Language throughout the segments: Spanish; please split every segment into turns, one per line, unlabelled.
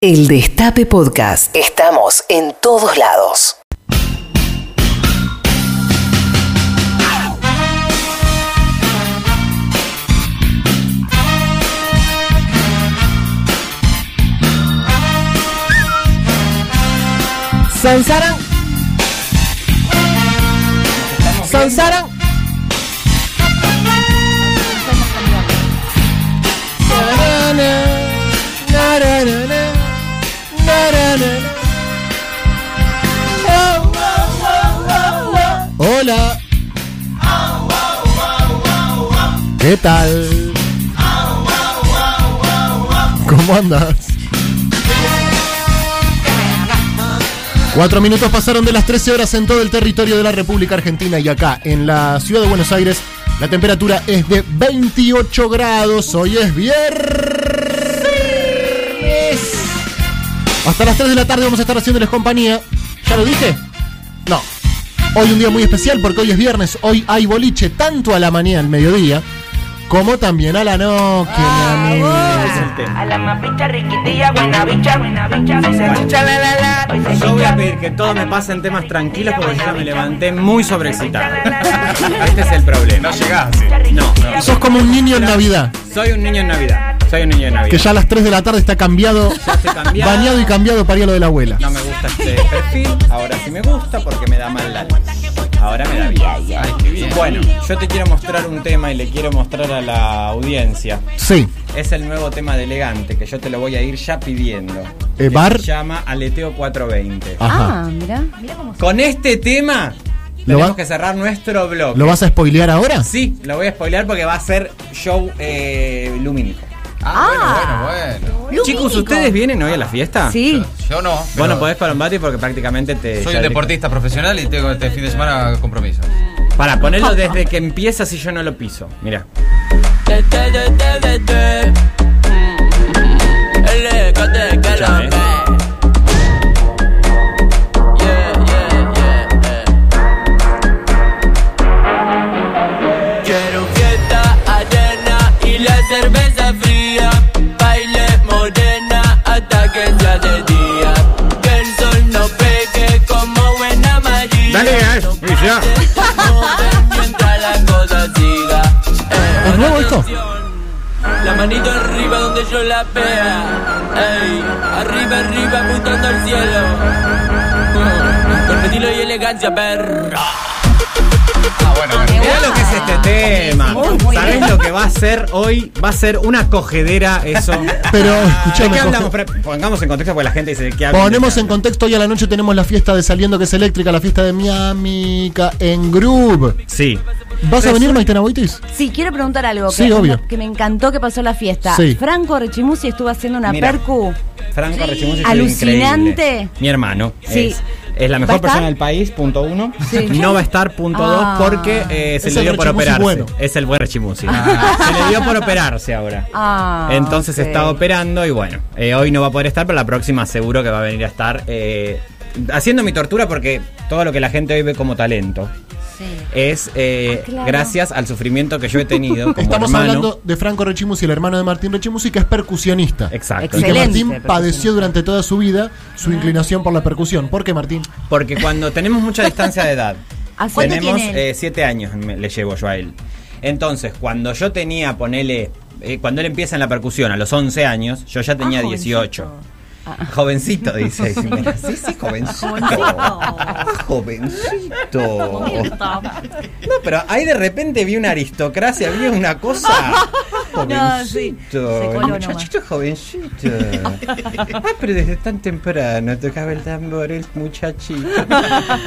El Destape Podcast. Estamos en todos lados.
Sansaran. Sansaran. Hola. ¿Qué tal? ¿Cómo andas? Cuatro minutos pasaron de las 13 horas en todo el territorio de la República Argentina y acá, en la ciudad de Buenos Aires, la temperatura es de 28 grados. Hoy es viernes. Hasta las 3 de la tarde vamos a estar haciéndoles compañía. ¿Ya lo dije? No. Hoy un día muy especial porque hoy es viernes. Hoy hay boliche tanto a la mañana, al mediodía, como también a la noche, mi amigo.
A la mapita riquitilla, buena bicha, buena bicha, si se bicha, la la la. Hoy se
Yo voy
chicha,
a pedir que todo me pasen temas tranquilos porque yo ya me levanté muy
la,
sobreexcitado.
la, la, la.
Este es el problema. No llegás. No,
Bicha,
Sos como un niño en Navidad,
Soy un niño en Navidad. Soy un niño en
que
Navidad.
ya a las 3 de la tarde está cambiado,
estoy cambiado.
bañado y cambiado para ir a lo de la abuela.
No me gusta este perfil. Ahora sí me gusta porque me da mal la luz. Ahora me da bien. Bueno, yo te quiero mostrar un tema y le quiero mostrar a la audiencia.
Sí.
Es el nuevo tema de Elegante que yo te lo voy a ir ya pidiendo.
Eh, bar.
Se llama Aleteo 420.
Ah,
Ajá.
mira.
Con este tema
¿Lo
tenemos
va-
que cerrar nuestro blog.
¿Lo vas a spoilear ahora?
Sí, lo voy a spoilear porque va a ser show eh, lumínico.
Ah,
Bueno,
Chicos, ¿ustedes vienen hoy a la fiesta?
Sí.
yo no.
Vos
pero
no podés para un bate porque prácticamente te.
Soy
ya
un
te-
deportista profesional y tengo este fin de semana compromiso.
Ah,
Para ponerlo desde que empieza si yo no lo piso. Mira. Escuchame.
Quiero fiesta, arena y la cerveza fría. Baile morena hasta que se hace día. Que el sol no pegue como buena María.
Dale, eh,
No
y ya.
pases, no ven mientras la cosa siga. Eh,
¿Es nuevo esto?
La manito arriba donde yo la vea. Ey, arriba, arriba, apuntando al cielo. Mm, Con estilo y elegancia, perra.
Ah, bueno, bueno.
Mirá lo que es este tema. ¿Sabés lo que va a ser hoy? Va a ser una cogedera eso.
Pero,
¿De
escuchame,
qué hablamos?
Jorge.
Pre- Pongamos en contexto porque la gente dice que habla.
Ponemos en contexto, hoy a la noche tenemos la fiesta de Saliendo que es eléctrica, la fiesta de mi amiga en Groove.
Sí.
¿Vas a venir, Maitena Boitis?
Sí, quiero preguntar algo.
Sí,
que,
obvio.
que me encantó que pasó la fiesta.
Sí.
Franco Rechimusi estuvo haciendo una
Mira.
percu.
Franco Rechimusi es
Alucinante.
increíble. Mi hermano.
Sí.
Es, es la
¿Va a
mejor
estar?
persona del país, punto uno.
Sí.
No va a estar, punto
Ah.
dos, porque eh, se
Es
le
el
dio por
Rechimusi
operarse.
bueno.
Es el buen Rechimusi. Se le dio por operarse ahora.
Ah,
Entonces
ok.
está operando y bueno, eh, hoy no va a poder estar, pero la próxima seguro que va a venir a estar eh, haciendo mi tortura porque todo lo que la gente hoy ve como talento es eh,
Ah, claro.
gracias al sufrimiento que yo he tenido como
Estamos
hermano.
hablando de Franco Rechimusi, el hermano de Martín Rechimusi, que es percusionista.
Exacto.
Y que
Excelente
Martín
percusionista.
padeció durante toda su vida su inclinación por la percusión. ¿Por qué, Martín?
Porque cuando tenemos mucha distancia de edad,
¿A cuánto
tenemos
tiene él?
eh, siete años, me- le llevo yo a él. Entonces, cuando yo tenía, ponele, eh, cuando él empieza en la percusión a los 11 años, yo ya tenía
Ah,
18.
jovencito. Ah.
Jovencito, dice. Sí, sí, jovencito. Ah, Jovencito. No, pero ahí de repente vi una aristocracia, vi una cosa.
No, sí.
Jovencito.
Se coló nomás.
muchachito jovencito. Ah, pero desde tan temprano tocaba el tambor el muchachito.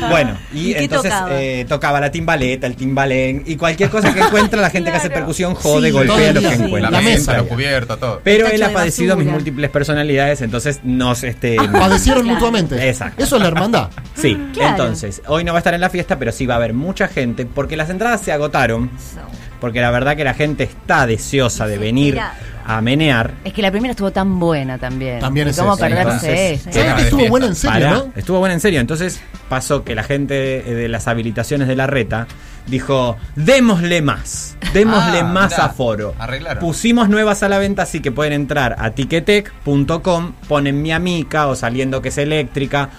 Bueno, y,
¿Y qué
entonces eh,
tocaba?
tocaba? la timbaleta, el timbalén y cualquier cosa que encuentra la gente que hace percusión jode,
Sí,
golpea
todo
lo
el
que
día, sí.
encuentra.
La,
La
mesa,
mesa.
la cubierta, todo.
Pero
Tacho
él ha
de
padecido mis
basura. Ah,
múltiples personalidades, entonces nos este
Padecieron
Claro.
mutuamente.
Exacto.
Eso es la hermandad.
Sí,
Claro.
entonces, hoy no va a estar en la fiesta, pero sí va a haber mucha gente, porque las entradas se agotaron, porque la verdad que la gente está deseosa de venir
Desesperada.
a menear.
Es que la primera estuvo tan buena también.
También es
¿Cómo
eso.
perderse
Entonces,
esta?
¿Sabés que
Tema de
estuvo
fiesta.
buena en serio,
Pará,
no?
Estuvo bueno en serio, entonces pasó que la gente de, de las habilitaciones de la reta dijo, démosle más, démosle
Ah,
más
mirá,
aforo.
arreglaron.
Pusimos nuevas a la venta, así que pueden entrar a tiquetec.com, ponen mi amica o saliendo que es eléctrica.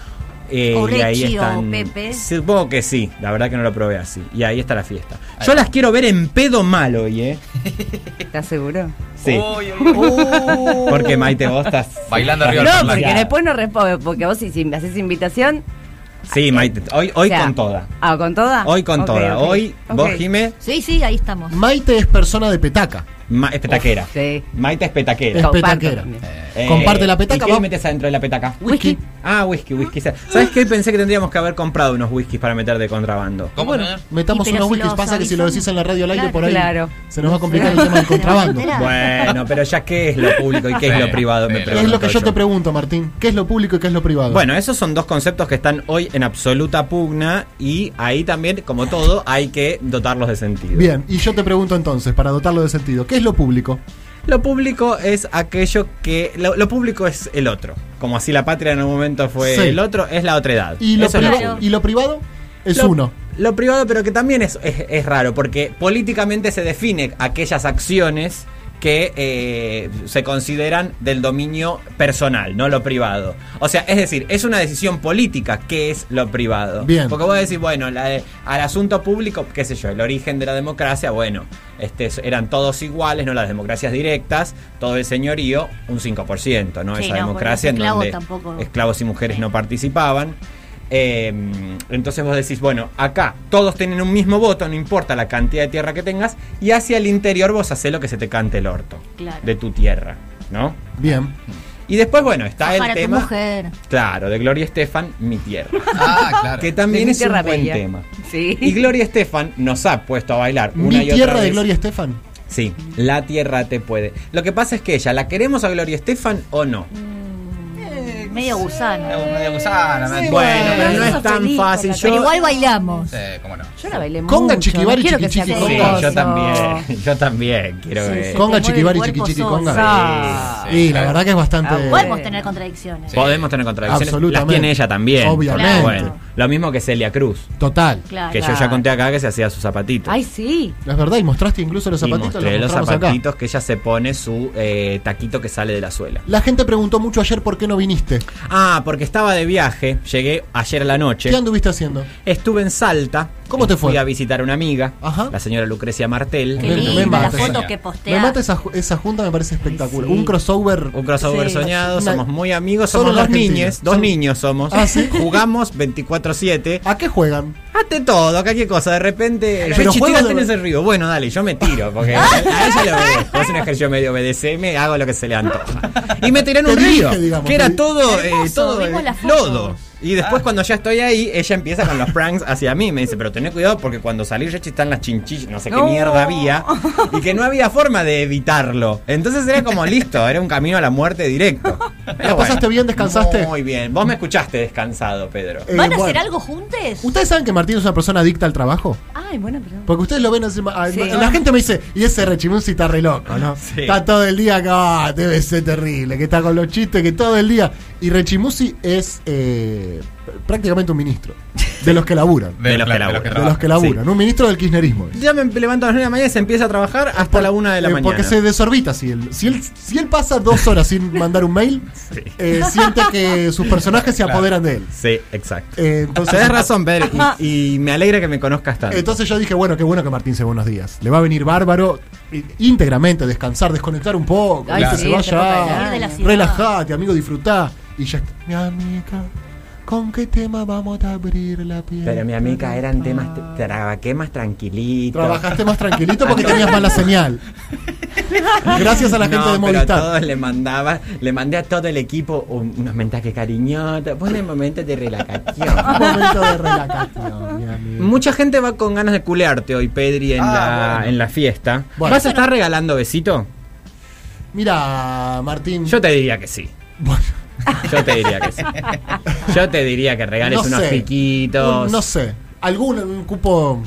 eh, y ahí
Orechi o
están.
Pepe.
Supongo que sí, la verdad que no lo probé así. Y ahí está la fiesta. Yo las quiero ver en pedo mal hoy, ¿eh?
¿Estás seguro?
Sí.
Oh,
Uy, uy, uy.
Porque Maite, vos estás.
Bailando arriba del
Estás-
No,
parlante.
porque después no responde, porque vos si, si me haces invitación...
Sí, Maite, hoy, hoy
o sea,
con toda.
Ah, ¿con toda?
Hoy con
Ok,
toda.
ok,
Hoy,
ok.
vos, Jime,
Sí, sí, ahí estamos.
Maite es persona de petaca.
ma- es petaquera.
Sí.
Maite es petaquera.
Es
Comparto
petaquera.
también.
Eh,
Comparte la petaca,
¿Y qué
va.
le metes adentro de la petaca?
Whisky.
Ah, whisky, whisky. ¿Sabes qué? Pensé que tendríamos que haber comprado unos whiskies para meter de contrabando.
¿Cómo
Bueno,
señor?
metamos
Y pero
unos
si
whiskies.
los
Pasa que si lo
avisan-
decís en la radio al aire,
Claro,
por ahí
claro.
se nos va a complicar el tema del contrabando.
Pero no
Bueno, pero ya qué es lo público y qué es
Sí,
lo privado, me
sí,
Es lo
pregunto
que yo te pregunto, Martín. ¿Qué es lo público y qué es lo privado?
Bueno, esos son dos conceptos que están hoy en absoluta pugna y ahí también, como todo, hay que dotarlos de sentido.
Bien, y yo te pregunto entonces, para dotarlo de sentido, ¿qué es lo público?
Lo público es aquello que. Lo, lo público es el otro. Como así la patria en un momento fue
Sí.
el otro, es la otra edad.
Y lo,
Eso es lo
priva-
público.
y lo privado es
Lo-
uno.
Lo privado, pero que también es, es- es raro, porque políticamente se define aquellas acciones que eh, se consideran del dominio personal, no lo privado. O sea, es decir, es una decisión política que es lo privado.
Bien.
Porque vos decís, bueno, la de- al asunto público, qué sé yo, el origen de la democracia, bueno, este, eran todos iguales, no las democracias directas, todo el señorío, un 5%, ¿no?
Sí,
Esa
no,
democracia en
porque esclavos
donde
tampoco-
esclavos y mujeres
Sí.
no participaban. Eh, entonces vos decís, bueno, acá todos tienen un mismo voto, no importa la cantidad de tierra que tengas, y hacia el interior vos haces lo que se te cante el orto
Claro.
de tu tierra, ¿no?
Bien.
Y después, bueno, está
para
el
tu
tema,
mujer.
claro, de Gloria Estefan, mi tierra,
Ah, claro.
que también
De mi
es un
tierra
buen
bella.
tema.
Sí.
Y Gloria Estefan nos ha puesto a bailar una
Mi
y otra
tierra de
vez. Eh.
Gloria Estefan.
Sí, la tierra te puede. Lo que pasa es que ella, ¿la queremos a Gloria Estefan o no?
Mm. Medio gusano.
Medio gusana, me-
bueno, pero no
Eso
es tan
feliz,
fácil. Yo,
Pero igual bailamos.
Sí, cómo no.
Yo la bailé
Conga,
mucho.
chiquivari,
no quiero que
chiquichiqui,
sea
Sí,
conga.
yo también, yo también quiero ver.
Conga,
sí. te mueve
chiquivari,
el cuerpo
chiquichiqui,
sosa.
conga.
Ah, Sí.
Sí,
Y la
claro.
verdad que es bastante...
Ah, bueno.
Podemos tener contradicciones.
Sí.
Podemos tener contradicciones. Las
Absolutamente.
tiene ella también.
Obviamente.
Porque, Bueno, lo mismo que Celia Cruz,
Total.
Claro.
que yo ya conté acá que se hacía sus zapatitos.
Ay, sí.
Es verdad, y mostraste incluso los
y
zapatitos.
mostré los
mostramos
zapatitos que ella se pone su eh, taquito que sale de la suela.
acá. La gente preguntó mucho ayer por qué no viniste.
Ah, porque estaba de viaje, llegué ayer a la noche.
¿Qué anduviste haciendo?
Estuve en Salta.
¿Cómo te fue?
Fui a visitar a una amiga,
Ajá.
la señora Lucrecia Martel.
Qué
Me- me
linda la
mata.
foto que
Me
postea.
mata esa, ju- esa junta, me parece espectacular.
sí.
Un crossover.
Un crossover
Sí.
soñado,
Una-
somos muy amigos,
Solo
somos
en
dos
Argentina.
niños, dos
Som-
niños somos.
Ah, ¿sí?
Jugamos 24-7.
¿A qué juegan?
Hazte todo, acá qué cosa, de repente.
Pero
Pero
juego
juegas
de-
en ese río. Bueno, dale, yo me tiro, porque a ella le obedezco. Es un ejercicio medio BDSM, hago lo que se le antoja. Y me tiré en
Te
un
dirige,
río,
digamos,
que
te
era
di-
todo, eh,
Hermoso,
todo
vimos
eh,
las fotos. Ah.
lodo. Y después cuando ya estoy ahí, ella empieza con los pranks hacia mí. Me dice, pero tené cuidado porque cuando salí Rechi están las chinchillas, no sé qué
No.
mierda había. Y que no había forma de evitarlo. Entonces era como listo, era un camino a la muerte directo. Pero
pasaste bien? ¿Descansaste?
Muy bien. Vos me escuchaste descansado, Pedro.
Eh,
¿Van a hacer
bueno.
algo juntos?
¿Ustedes saben que Martín es una persona adicta al trabajo?
Ay, buena pregunta.
Porque ustedes lo ven así, ma-
Sí.
La gente me dice, y ese Rechimusi está re loco, ¿no?
Sí.
Está todo el día acá, ah, debe ser terrible, que está con los chistes, que todo el día. Y Rechimusi es eh, prácticamente un ministro. De los que laburan.
De los que laburan.
Eh, De los que laburan. Un ministro del kirchnerismo.
Ya me levanto a las 9 de la mañana y se empieza a trabajar hasta la 1 de la
Eh,
mañana.
Porque se desorbita. Si él, si, él, si él pasa dos horas sin mandar un mail, eh, siente que sus personajes se apoderan de él.
Sí, exacto.
Eh, entonces,
Tenés razón, Pedro, y, y me alegra que me conozcas tanto.
Entonces yo dije, bueno, qué bueno que Martín se va unos días. Le va a venir bárbaro í- íntegramente, descansar, desconectar un poco.
Ay,
¿viste?
sí,
se
te
vaya.
toca
ir de la ciudad.
Relajate, amigo, disfrutá. Y ya está. Mi amiga, ¿con qué tema vamos a abrir la piel?
Pero mi amiga, eran temas, te- trabajé más tranquilito.
Trabajaste más tranquilito porque tenías mala señal. Gracias a la gente
No,
de
pero a
Movistar.
todos le mandaba, le mandé a todo el equipo un- unos mensajes cariñosos, ponen momentos de relajación.
Un momento de relajación, mi amigo.
Mucha gente va con ganas de culearte hoy, Pedri, en, la, en la fiesta.
Ah, Bueno.
¿Vas a estar regalando besito?
Mira, Martín.
Yo te diría que sí.
Bueno,
Yo te diría que sí. Yo te diría que regales
No
unos
sé.
piquitos.
un- no sé. Algún un cupo.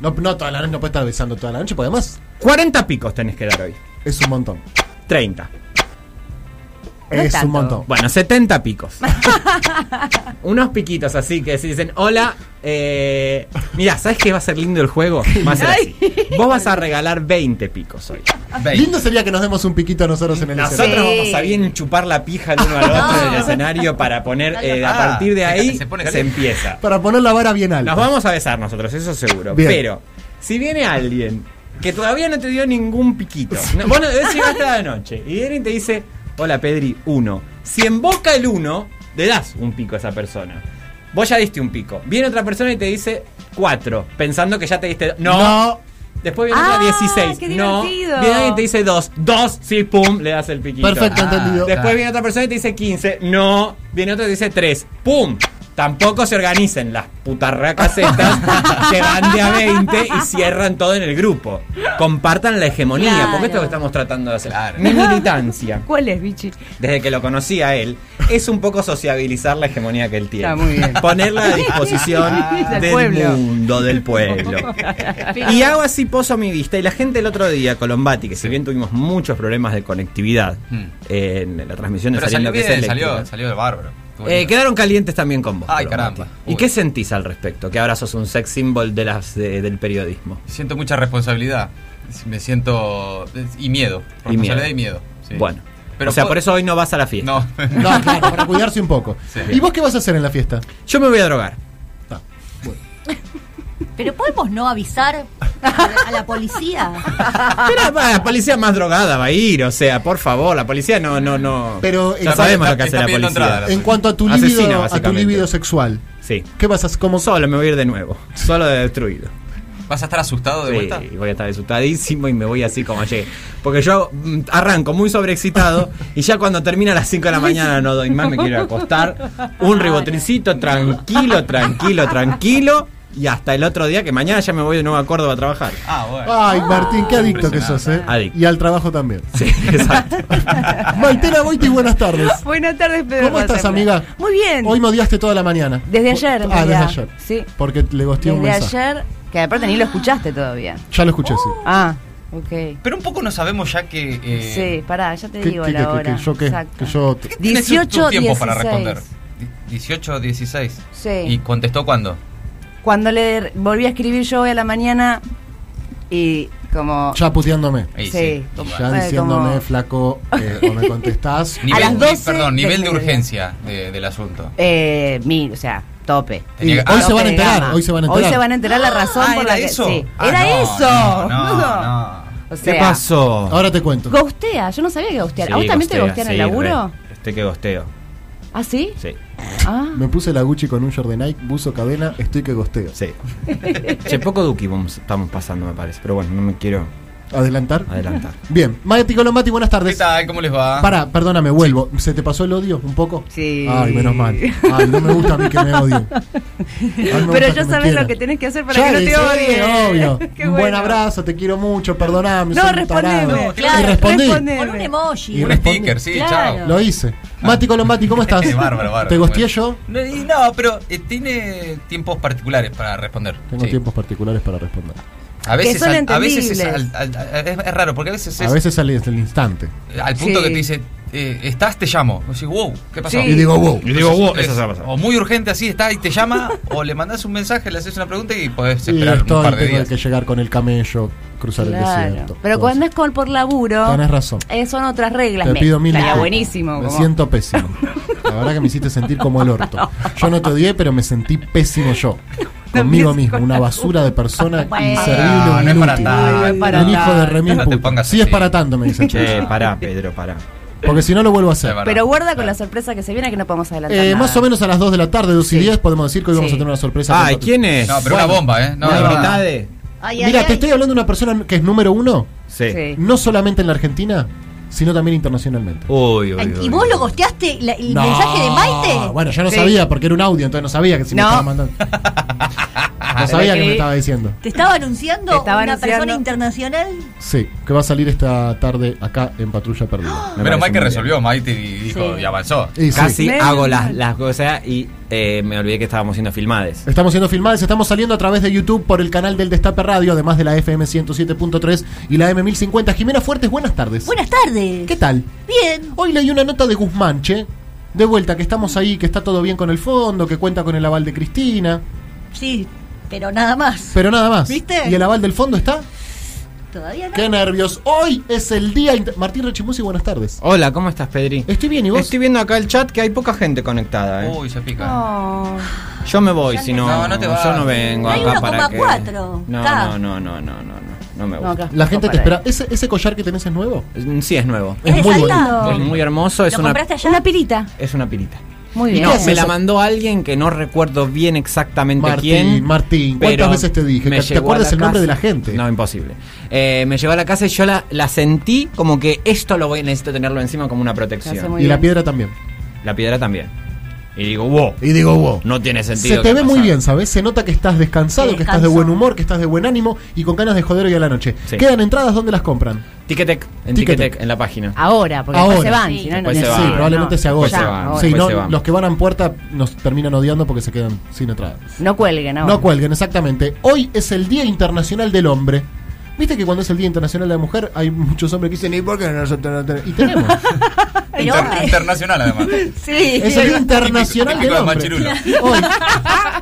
No, no toda la noche, no puede estar besando toda la noche, porque además
40 picos tenés que dar hoy.
es un montón.
30.
No
es
tanto.
un montón.
Bueno, 70 picos. Unos piquitos así que si dicen, hola, eh, mira, ¿sabes qué va a ser lindo el juego? Va a ser así. Vos vas a regalar 20 picos hoy.
Veinte.
Lindo sería que nos demos un piquito a nosotros en el
Nosotros
escenario.
vamos a bien chupar la pija el uno al otro en el escenario para poner, eh, a
Ah,
partir de
se-
ahí
se pone
se
caliente.
empieza.
Para poner la vara bien alta.
Nos vamos a besar nosotros, eso seguro.
Bien.
Pero, si viene alguien que todavía no te dio ningún piquito, no, vos no vos llegaste a la noche y viene y te dice, hola Pedri, uno. Si en boca el uno, le das un pico a esa persona. Vos ya diste un pico. Viene otra persona y te dice cuatro, pensando que ya te diste. No.
No.
Después viene otra
Ah,
16.
qué
no.
divertido.
Viene alguien y te dice dos. Dos, sí, pum, le das el piquito.
Perfecto,
Ah,
entendido.
Después viene otra persona y te dice 15. No. Viene otra y te dice 3. ¡Pum! Tampoco se organicen las putarracas estas. se van de a 20 y cierran todo en el grupo. Compartan la hegemonía,
Claro.
porque esto es lo que estamos tratando de hacer.
Claro.
Mi militancia,
¿Cuál es, bichi?
desde que lo conocí a él, es un poco sociabilizar la hegemonía que él tiene.
Está muy bien.
Ponerla a disposición
Ah.
del
Del pueblo.
mundo, del pueblo. Y hago así poso mi vista. Y la gente el otro día, Colombati, que si bien tuvimos muchos problemas de conectividad
Mm.
en la transmisión de
Pero
Saliendo
salió
que es
bien,
Eléctrica,
salió, salió bárbaro. Estuvo
eh,
lindo.
quedaron calientes también con vos.
Ay,
Colombati.
caramba.
¿Y
Uy.
qué sentís al respecto? Que ahora sos un sex symbol de las, de- del periodismo.
Siento mucha responsabilidad. Me siento.
Y
y miedo.
miedo.
Responsabilidad y miedo. sí.
Bueno. o sea,
po-
por eso hoy no vas a la fiesta.
No.
No, claro, para cuidarse un poco.
Sí.
¿Y vos qué vas a hacer en la fiesta?
Yo me voy a drogar.
Pero podemos no avisar a la- a la policía.
Pero va, la policía más drogada va a ir, o sea, por favor, la policía no, no, no.
Pero
ya
en-
sabemos lo que hace
está
la
pidiendo
policía.
entrada.
En cuanto a tu
Asesina,
libido, a tu
básicamente.
libido sexual,
Sí.
¿qué vas a hacer?
Como
¿Cómo
solo me voy a ir de nuevo. Solo de destruido.
¿Vas a estar asustado de vuelta?
Sí, voy a estar asustadísimo y me voy así como llegué. Porque yo mm, arranco muy sobreexcitado y ya cuando termina a las 5 de la mañana no doy más, me quiero acostar. Un ribotrincito, tranquilo, tranquilo, tranquilo. Y hasta el otro día, que mañana ya me voy de nuevo a Córdoba a trabajar.
Ah, bueno.
Ay, Martín, qué adicto que sos, ¿eh?
Adicto.
Y al trabajo también.
Sí, exacto.
Maitena Boiti, buenas tardes.
Buenas tardes, Pedro.
¿Cómo estás,
Rosenblatt.
amiga?
Muy bien.
Hoy me odiaste toda la mañana.
Desde
Por-
ayer, en
Ah, desde
realidad.
ayer.
Sí.
Porque le gosteé un
Desde
mensaje.
ayer, que aparte ni lo escuchaste todavía.
Ya lo escuché, sí.
Ah, ok.
Pero un poco no sabemos ya que. eh,
Sí, pará, ya te
Eh, ¿Qué-
digo
qué-
la
qué- qué-
hora.
qué- yo qué?
exacta.
Que yo te-
tenés tus-
18,
tus
16.
tiempos para responder. Di- 18, 16.
Sí.
¿Y contestó cuándo?
Cuando le volví a escribir yo hoy a la mañana y como...
Ya puteándome.
Ahí,
Sí.
Toma.
Ya
Bueno,
diciéndome,
como-
flaco, eh, o me contestás.
Nivel,
eh, las
ni-
12
Perdón,
del
nivel de
mediodía.
urgencia de- del asunto.
Eh, mil, o sea, tope.
Y
Tenía-
hoy se van
Ah,
a
Tope de
enterar,
gama.
hoy se van a enterar.
Hoy se van a enterar la razón
Ah,
por
¿era
la que...
eso?
sí.
Ah,
¡Era
no,
eso!
no, no,
boludo.
no.
O
¿Qué
sea,
pasó?
Ahora te cuento.
Gostea, yo no sabía que gostear. ¿A vos también te gostean el laburo?
Este que gosteo,
¿Ah, sí?
sí,
Ah,
Me puse la Gucci con un short de Nike, buzo cadena, estoy que gosteo.
sí. che, poco Duki vamos- estamos pasando, me parece. Pero bueno, no me quiero
¿Adelantar?
adelantar.
Bien, Mati Colombati, buenas
¿Qué
tardes.
tal? ¿Cómo les va?
Pará, perdóname, vuelvo. ¿Se te pasó el odio un poco?
Sí.
Ay, menos mal. Ay, no me gusta a mí que me odien.
pero ya sabes lo que tenés que hacer para que no te odien.
obvio.
Qué
Un buen
bueno.
abrazo, te quiero mucho, perdoname.
No,
soy un
respondeme.
tarado.
claro,
Y respondí.
respondeme.
Con un emoji.
Y
Un
respondí.
sticker, sí,
Claro.
chao.
Lo hice. Mati Colombati, ¿cómo estás?
Ah. Bárbaro, bárbaro.
¿Te gosteé
Bueno.
yo?
No, y no, pero eh, tiene tiempos particulares para responder.
Tengo
sí.
tiempos particulares para responder.
A veces,
son
al- a veces es,
entendibles.
al- al- al- es- es raro, porque a veces es
A veces sale desde el instante.
al punto
Sí.
que te dice, eh, estás, te llamo. O sea, wow, ¿qué pasó?
Sí.
Y digo, wow.
Y digo, wow,
Es-
eso se va a pasar.
O muy urgente así, está y te llama, o le mandás un mensaje, le haces una pregunta y podés
Y
esperar un
estoy,
par de
tengo
días.
que llegar con el camello, cruzar el
Claro.
desierto.
Pero cuando
Entonces,
es con por laburo,
Tenés razón.
eh, son otras reglas.
Te
me-
pido mil
estaría
disculpas.
buenísimo.
Me
como-
siento pésimo. La verdad que me hiciste sentir como el orto. Yo no te odié, pero me sentí pésimo yo. Conmigo mismo, una basura de persona
Bueno.
inservible,
No,
un
no es para
inútil.
tanto.
No es para
un hijo
tanto.
de remil
No te
puta.
pongas
Sí es
así.
para tanto, me dicen.
Che, Ah, pará, Pedro, pará.
Porque si no lo vuelvo a hacer.
Bárbaro.
Pero guarda con la sorpresa que se viene que no podemos adelantar.
Eh,
nada.
más o menos a las 2 de la tarde, 2
Sí.
y 10, podemos decir que hoy vamos
Sí.
a tener una sorpresa. con
Ay,
Mati.
¿quién es?
No, pero una bomba, ¿eh? No,
Una
de verdad.
verdad.
Ay, ay,
Mira, te
ay.
estoy hablando de una persona que es número uno,
Sí.
Sí.
no solamente en la Argentina, sino también internacionalmente.
Uy, uy,
Ay,
uy.
¿Y vos lo gosteaste la- el
No.
mensaje de Maite?
Bueno, yo no
Sí.
sabía porque era un audio, entonces no sabía que si me
No.
estaba mandando.
Ah,
ya sabía que me
escribí.
estaba diciendo.
¿Te estaba anunciando
Te estaba
una
anunciando.
persona internacional?
Sí, que va a salir esta tarde acá en Patrulla Perdida.
Me
Menos
parece
mal que
muy
resolvió Maite y dijo
Sí.
y avanzó.
Y sí.
Casi
Menos
hago las,
mal.
las cosas y eh, me olvidé que estábamos siendo filmades.
Estamos siendo filmados, estamos saliendo a través de YouTube por el canal del Destape Radio, además de la FM 107.3 y la M1050. Jimena Fuertes, buenas tardes.
Buenas tardes.
¿Qué tal?
Bien.
Hoy leí una nota de Guzmán, che. De vuelta, que estamos ahí, que está todo bien con el fondo, que cuenta con el aval de Cristina.
Sí, pero nada más.
Pero nada más.
¿Viste?
¿Y el aval del fondo está?
Todavía no.
¡Qué nervios! Hoy es el día. inter- Martín Rechimusi, buenas tardes.
Hola, ¿cómo estás, Pedri?
Estoy bien, ¿y vos?
Estoy viendo acá el chat que hay poca gente conectada. ¿eh?
Uy, se pica.
Oh.
Yo me voy, si no.
No, no te vas.
Yo no vengo
Hay
acá para que.
1,4K.
No, no, no, no, no, no, no. No me
No,
gusta.
acá.
La gente te
Para
espera. ¿Ese, ese collar que tenés es nuevo?
Mm, Sí, es nuevo.
¿Es
Es
de
muy
Salta?
Es muy hermoso. Es
¿Lo
una,
compraste allá?
Una pirita.
es una pirita.
Muy
¿Y
bien.
No,
qué es
me la
eso?
mandó alguien que no recuerdo bien exactamente
Martín,
quién.
Martín, ¿cuántas
pero
veces te dije?
me
¿Te- te
llegó a
acuerdas
la
el nombre
casa-
de la gente?
No, imposible. Eh, me llegó a la casa y yo la, la sentí como que esto lo voy, necesito tenerlo encima como una
Hace
protección.
muy
y la
bien.
piedra también.
La piedra también. Y digo, wow,
Y digo, wow.
no tiene sentido.
Se
que
te ve muy
pasara.
bien, ¿sabes? Se nota que estás descansado,
Sí,
que estás de
descanso.
buen humor, que estás de buen ánimo y con ganas de joder hoy a la noche.
Sí.
¿Quedan entradas donde las compran?
Ticketek, en
Ticketek.
Ticketek, en la página.
Ahora, porque después
Ahora.
se van.
Sí.
si no, no
Después se
tiene
sí,
van.
sentido.
probablemente
No,
se
ya,
agotan.
ahora.
sí,
Después
no,
se van.
los que van a puerta nos terminan odiando porque se quedan sin entradas.
No cuelguen ahora.
No cuelguen, exactamente. Hoy es el Día Internacional del Hombre. Viste que cuando es el Día Internacional de la Mujer hay muchos hombres que dicen, ¿y por qué no nosotros no tenemos?" Y tenemos.
Pero
Inter-
hombre,
internacional, además.
Sí.
es el Día Internacional del
Típico de
Hombre.
Machirulo.
Hoy,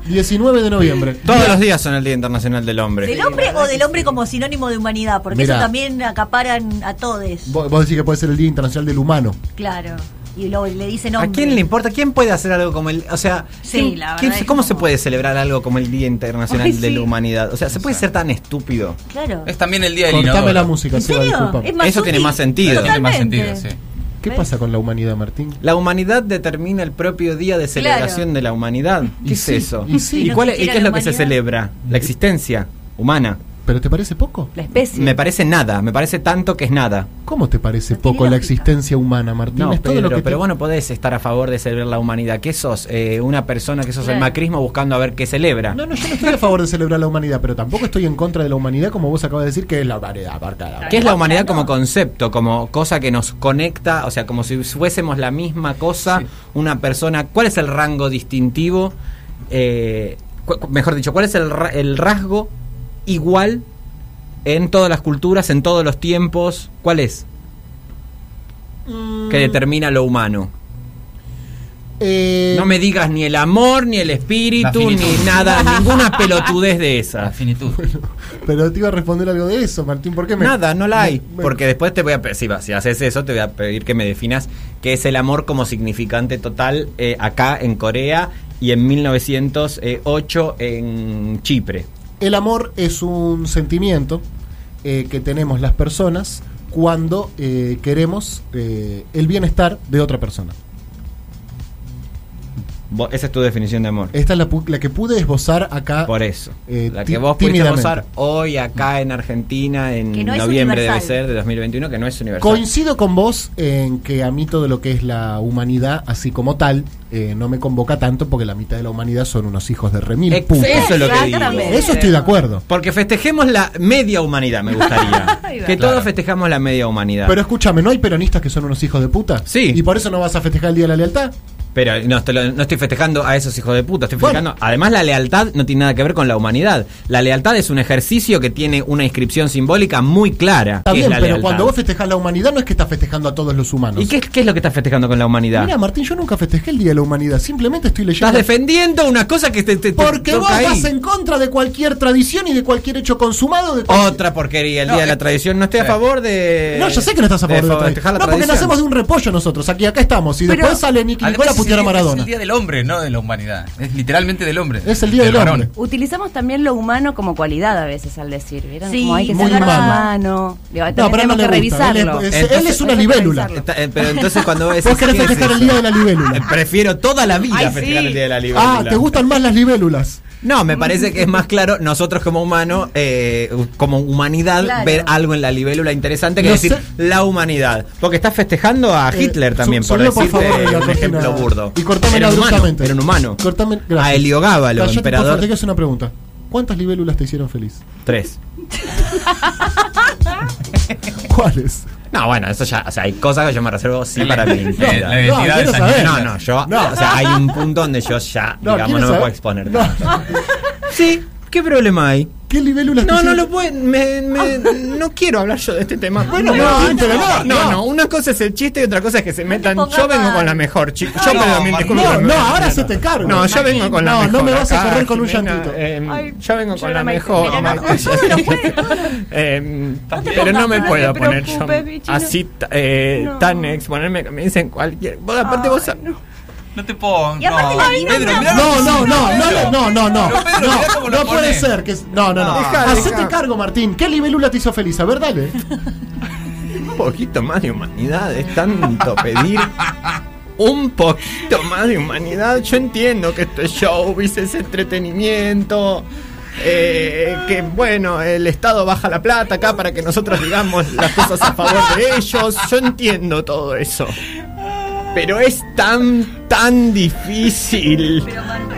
19 de noviembre.
Todos los días son el Día Internacional del Hombre.
¿Del hombre o del hombre como sinónimo de humanidad? Porque
Mirá.
eso también acaparan a todos.
Vos vos decís que puede ser el Día Internacional del Humano.
Claro. Y luego le dicen
¿A
hombre.
quién le importa? ¿Quién puede hacer algo como el.? O sea,
Sí,
¿quién-
la verdad
quién-
es
¿cómo
como-
se puede celebrar algo como el Día Internacional
Ay,
de
sí.
la Humanidad? O sea, ¿se puede ser tan estúpido?
Claro.
Es también el día del
Cortame
inodoro.
la música,
¿En
Seba,
serio?
disculpame.
Es más
Eso tiene
útil.
más sentido.
Tiene más sentido,
Totalmente.
sí.
¿Qué pasa con la humanidad, Martín?
La humanidad determina el propio día de celebración de la humanidad. ¿Qué
Y
es
sí,
eso?
y sí.
¿Y, cuál es,
Si no
y qué es lo que se
quisiera la
celebra? La existencia humana.
¿Pero te parece poco?
La especie.
Me parece nada, me parece tanto que es nada.
¿Cómo te parece
No tiene
poco la
lógica.
existencia humana, Martín?
No,
es todo
Pedro,
lo que
pero
te-
vos no podés estar a favor de celebrar la humanidad. ¿Qué sos? Eh, una persona que sos el
Claro.
macrismo buscando a ver qué celebra.
No, no, yo no estoy a favor de celebrar la humanidad, pero tampoco estoy en contra de la humanidad, como vos acabas de decir, que es la humanidad. aparta la-
¿Qué es la humanidad como concepto, como cosa que nos conecta, o sea, como si fuésemos la misma cosa, una persona? ¿Cuál es el rango distintivo? Eh, cu- cu- mejor dicho, ¿cuál es el, ra- el rasgo igual en todas las culturas, en todos los tiempos? ¿Cuál es? Que determina lo humano.
Eh,
No me digas ni el amor, ni el espíritu, ni
finitud.
nada, ninguna pelotudez de
La
esa.
finitud.
Pero te iba a responder algo de eso, Martín. ¿Por qué me.?
Nada, no la hay.
me- me-
Porque después te voy a pedir, si, vas- si haces eso, te voy a pedir que me definas qué es el amor como significante total eh, acá en Corea y en 1908 en Chipre.
El amor es un sentimiento eh, que tenemos las personas cuando eh, queremos eh, el bienestar de otra persona.
Vo- esa es tu definición de amor.
Esta es la, pu- la que pude esbozar acá.
Por eso.
eh,
la
ti-
que vos pudiste
tímidamente.
usar hoy acá en Argentina en
Que no es
noviembre debe
universal.
ser de 2021, que no es universal.
Coincido con vos en que a mí todo lo que es la humanidad, así como tal, eh, no me convoca tanto porque la mitad de la humanidad son unos hijos de remil
Ex-
putas.
eso es lo que digo.
Exactamente.
Eso estoy de acuerdo.
Porque festejemos la media humanidad, me gustaría.
Ahí va.
que
Claro.
todos festejamos la media humanidad.
Pero escúchame, ¿no hay peronistas que son unos hijos de puta?
Sí.
¿Y por eso no vas a festejar el Día de la Lealtad?
Pero no, estoy- no estoy festejando a esos hijos de puta, estoy
Bueno.
festejando. Además, la lealtad no tiene nada que ver con la humanidad. La lealtad es un ejercicio que tiene una inscripción simbólica muy clara.
Está
que es
bien,
la
pero
lealtad.
cuando vos festejás la humanidad no es que estás festejando a todos los humanos.
¿Y qué, qué es lo que estás festejando con la humanidad?
Mira, Martín, yo nunca festejé el Día de la Humanidad, simplemente estoy leyendo.
estás defendiendo una cosa que te. te- te
Porque
toca
vos
ahí.
vas en contra de cualquier tradición y de cualquier hecho consumado. De cualquier-
Otra porquería, el
No,
día de la
eh,
tradición. No estoy a
eh.
favor de.
No, yo sé que no estás a favor de, la tradición.
festejar la
No, porque
tradición.
nacemos de un repollo nosotros. Aquí acá estamos. Y
Pero-
después sale Nicky Nicole a putear
Además,
a
es el- Es
Maradona.
el día del hombre, no de la humanidad. Es literalmente del hombre.
Es el día del
varón.
hombre.
Utilizamos también lo humano como cualidad a veces al decir, ¿vieron?
Sí,
como hay que
muy
ser más
humano.
humano. Digo, también
No, pero a él
tenemos
no le
que
gusta. Él
revisarlo.
es, es- él
Entonces,
es una
hay que
libélula.
revisarlo.
Está- eh, pero entonces cuando vos
Vos
decís,
querés
¿qué es
festejar el
eso?
día de la libélula.
Prefiero toda la vida
Ay,
festejar
sí.
el día de la libélula.
Ah, ¿te gustan más las libélulas?
No, me parece que es más claro nosotros como humano, eh, como humanidad,
Claro.
ver algo en la libélula interesante que
No
decir
sé.
la humanidad. Porque estás festejando a
Eh,
Hitler también,
su-
por
subilo, por
decirte
favor, la
un
cortina.
ejemplo burdo.
Y cortámela
era un humano,
abruptamente.
era un humano.
Cortame- gracias.
a
Callate,
Heliogábalo,
por favor,
emperador.
Te quiero hacer una pregunta. ¿Cuántas libélulas te hicieron feliz?
Tres.
¿Cuáles?
No, bueno, eso ya, o sea, hay cosas que yo me reservo sí para mi
Eh,
intimidad.
la identidad
quiero
de San
saber.
Miguel.
No, no, yo,
No.
o sea, hay un punto donde yo ya, digamos,
¿quién
no me
sabe?
puedo exponer.
No. Ah,
Sí, ¿qué problema hay?
¿Qué libélulas
No,
te
no
hicieron?
lo pueden, me, me- no quiero hablar yo de este tema.
Bueno, no, pero no,
no,
no.
no, una cosa es el chiste y otra cosa es que se metan.
pongas
Yo vengo
mal.
con la mejor, chicos. Yo
No,
perdón, mil
Martín.
disculpas,
No,
me voy
no,
a
ahora
meter.
se te cargo.
No, yo vengo con la
No, no
mejor.
me vas a
acá,
correr con un
Jimena,
llantito.
eh,
Ay,
yo vengo
yo
con
no
la
me-
mejor.
pero no-
Martín.
yo no puedo.
Eh,
te
pero no
pongas
me
mal,
puedo
no te
poner yo
preocupes, bichi, no.
así ta- eh,
No.
tan exponerme que me dicen cualquier. Vos, aparte, vos. sab-
No te pongo.
Y aparte la mina
Pedro,
está-
mirá
No,
lo
no,
que-
no, no,
Pedro.
no, no, no.
Pero Pedro, mirá
No,
cómo lo
no puede
pone.
ser que no, no, no.
No.
Deja, Hacete deja. cargo, Martín. ¿Qué libélula te hizo feliz? A ver, dale.
Un poquito más de humanidad es tanto pedir. Un poquito más de humanidad. Yo entiendo que esto es showbiz, es entretenimiento. eh, que bueno, el Estado baja la plata acá para que nosotros digamos las cosas a favor de ellos. Yo entiendo todo eso. Pero es tan, tan difícil.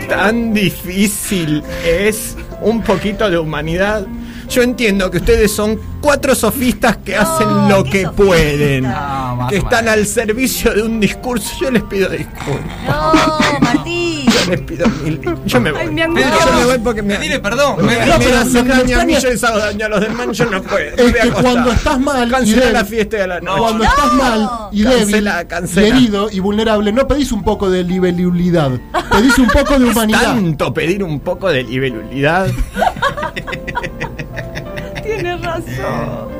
Tan difícil es un poquito de humanidad. Yo entiendo que ustedes son cuatro sofistas que hacen lo
qué
que
sofista.
pueden.
No, Ah, más
que
o
están
menos.
al servicio de un discurso. Yo les pido disculpas.
No, Martín.
Yo les pido mil dis- Yo me voy.
Ay, me
Pedro,
angustia.
yo me voy porque me.
me dile perdón. me-
No,
me
pero
hacen
lo que me
daño a mí,
extraña-
yo les hago daño a los demás, yo no puedo. me
Es
voy a
que
acostar.
cuando estás mal y
Cancela
débil-
la fiesta de la noche.
Cuando estás mal y
Cancela,
débil,
cancela.
y herido y vulnerable, no pedís un poco de libelulidad. Pedís un poco de humanidad.
Tanto pedir un poco de liberalidad.
Tienes razón.